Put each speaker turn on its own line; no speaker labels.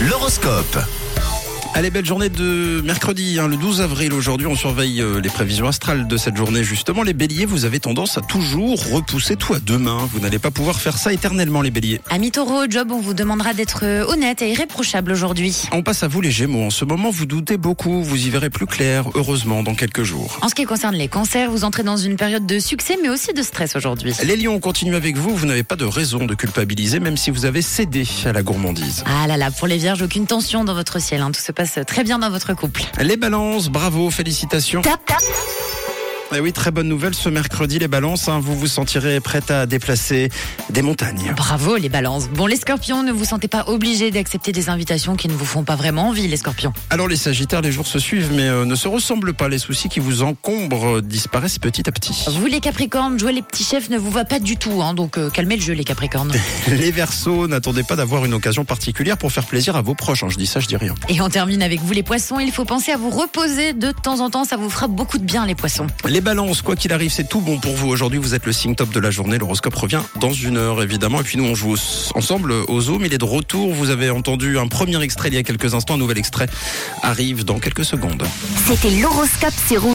L'horoscope.
Allez, belle journée de mercredi, hein, le 12 avril. Aujourd'hui, on surveille euh, les prévisions astrales de cette journée. Justement, les béliers, vous avez tendance à toujours repousser tout à demain. Vous n'allez pas pouvoir faire ça éternellement, les béliers.
Amis taureaux, job, on vous demandera d'être honnête et irréprochable aujourd'hui.
On passe à vous, les gémeaux. En ce moment, vous doutez beaucoup. Vous y verrez plus clair, heureusement, dans quelques jours.
En ce qui concerne les cancers, vous entrez dans une période de succès mais aussi de stress aujourd'hui.
Les lions, on continue avec vous. Vous n'avez pas de raison de culpabiliser, même si vous avez cédé à la gourmandise.
Ah là là, pour les vierges, aucune tension dans votre ciel, hein. tout se passe très bien dans votre couple.
Les balances, bravo, félicitations.
Tap tap
Et oui, très bonne nouvelle ce mercredi, les balances. hein, vous vous sentirez prête à déplacer des montagnes.
Bravo les balances. Bon les scorpions, ne vous sentez pas obligés d'accepter des invitations qui ne vous font pas vraiment envie les scorpions.
Alors les Sagittaires, les jours se suivent, mais euh, ne se ressemblent pas. Les soucis qui vous encombrent euh, disparaissent petit à petit.
Vous les capricornes, jouer les petits chefs ne vous va pas du tout, hein, donc euh, calmez le jeu les capricornes.
Les Verseaux, n'attendez pas d'avoir une occasion particulière pour faire plaisir à vos proches. hein. Je dis ça, je dis rien.
Et on termine avec vous les poissons, il faut penser à vous reposer de temps en temps, ça vous fera beaucoup de bien les poissons.
Les Balances, quoi qu'il arrive, c'est tout bon pour vous. Aujourd'hui, vous êtes le signe top de la journée. L'horoscope revient dans une heure, évidemment. Et puis nous, on joue au- ensemble au Zoom. Il est de retour. Vous avez entendu un premier extrait il y a quelques instants. Un nouvel extrait arrive dans quelques secondes.
C'était l'horoscope sur Rouge.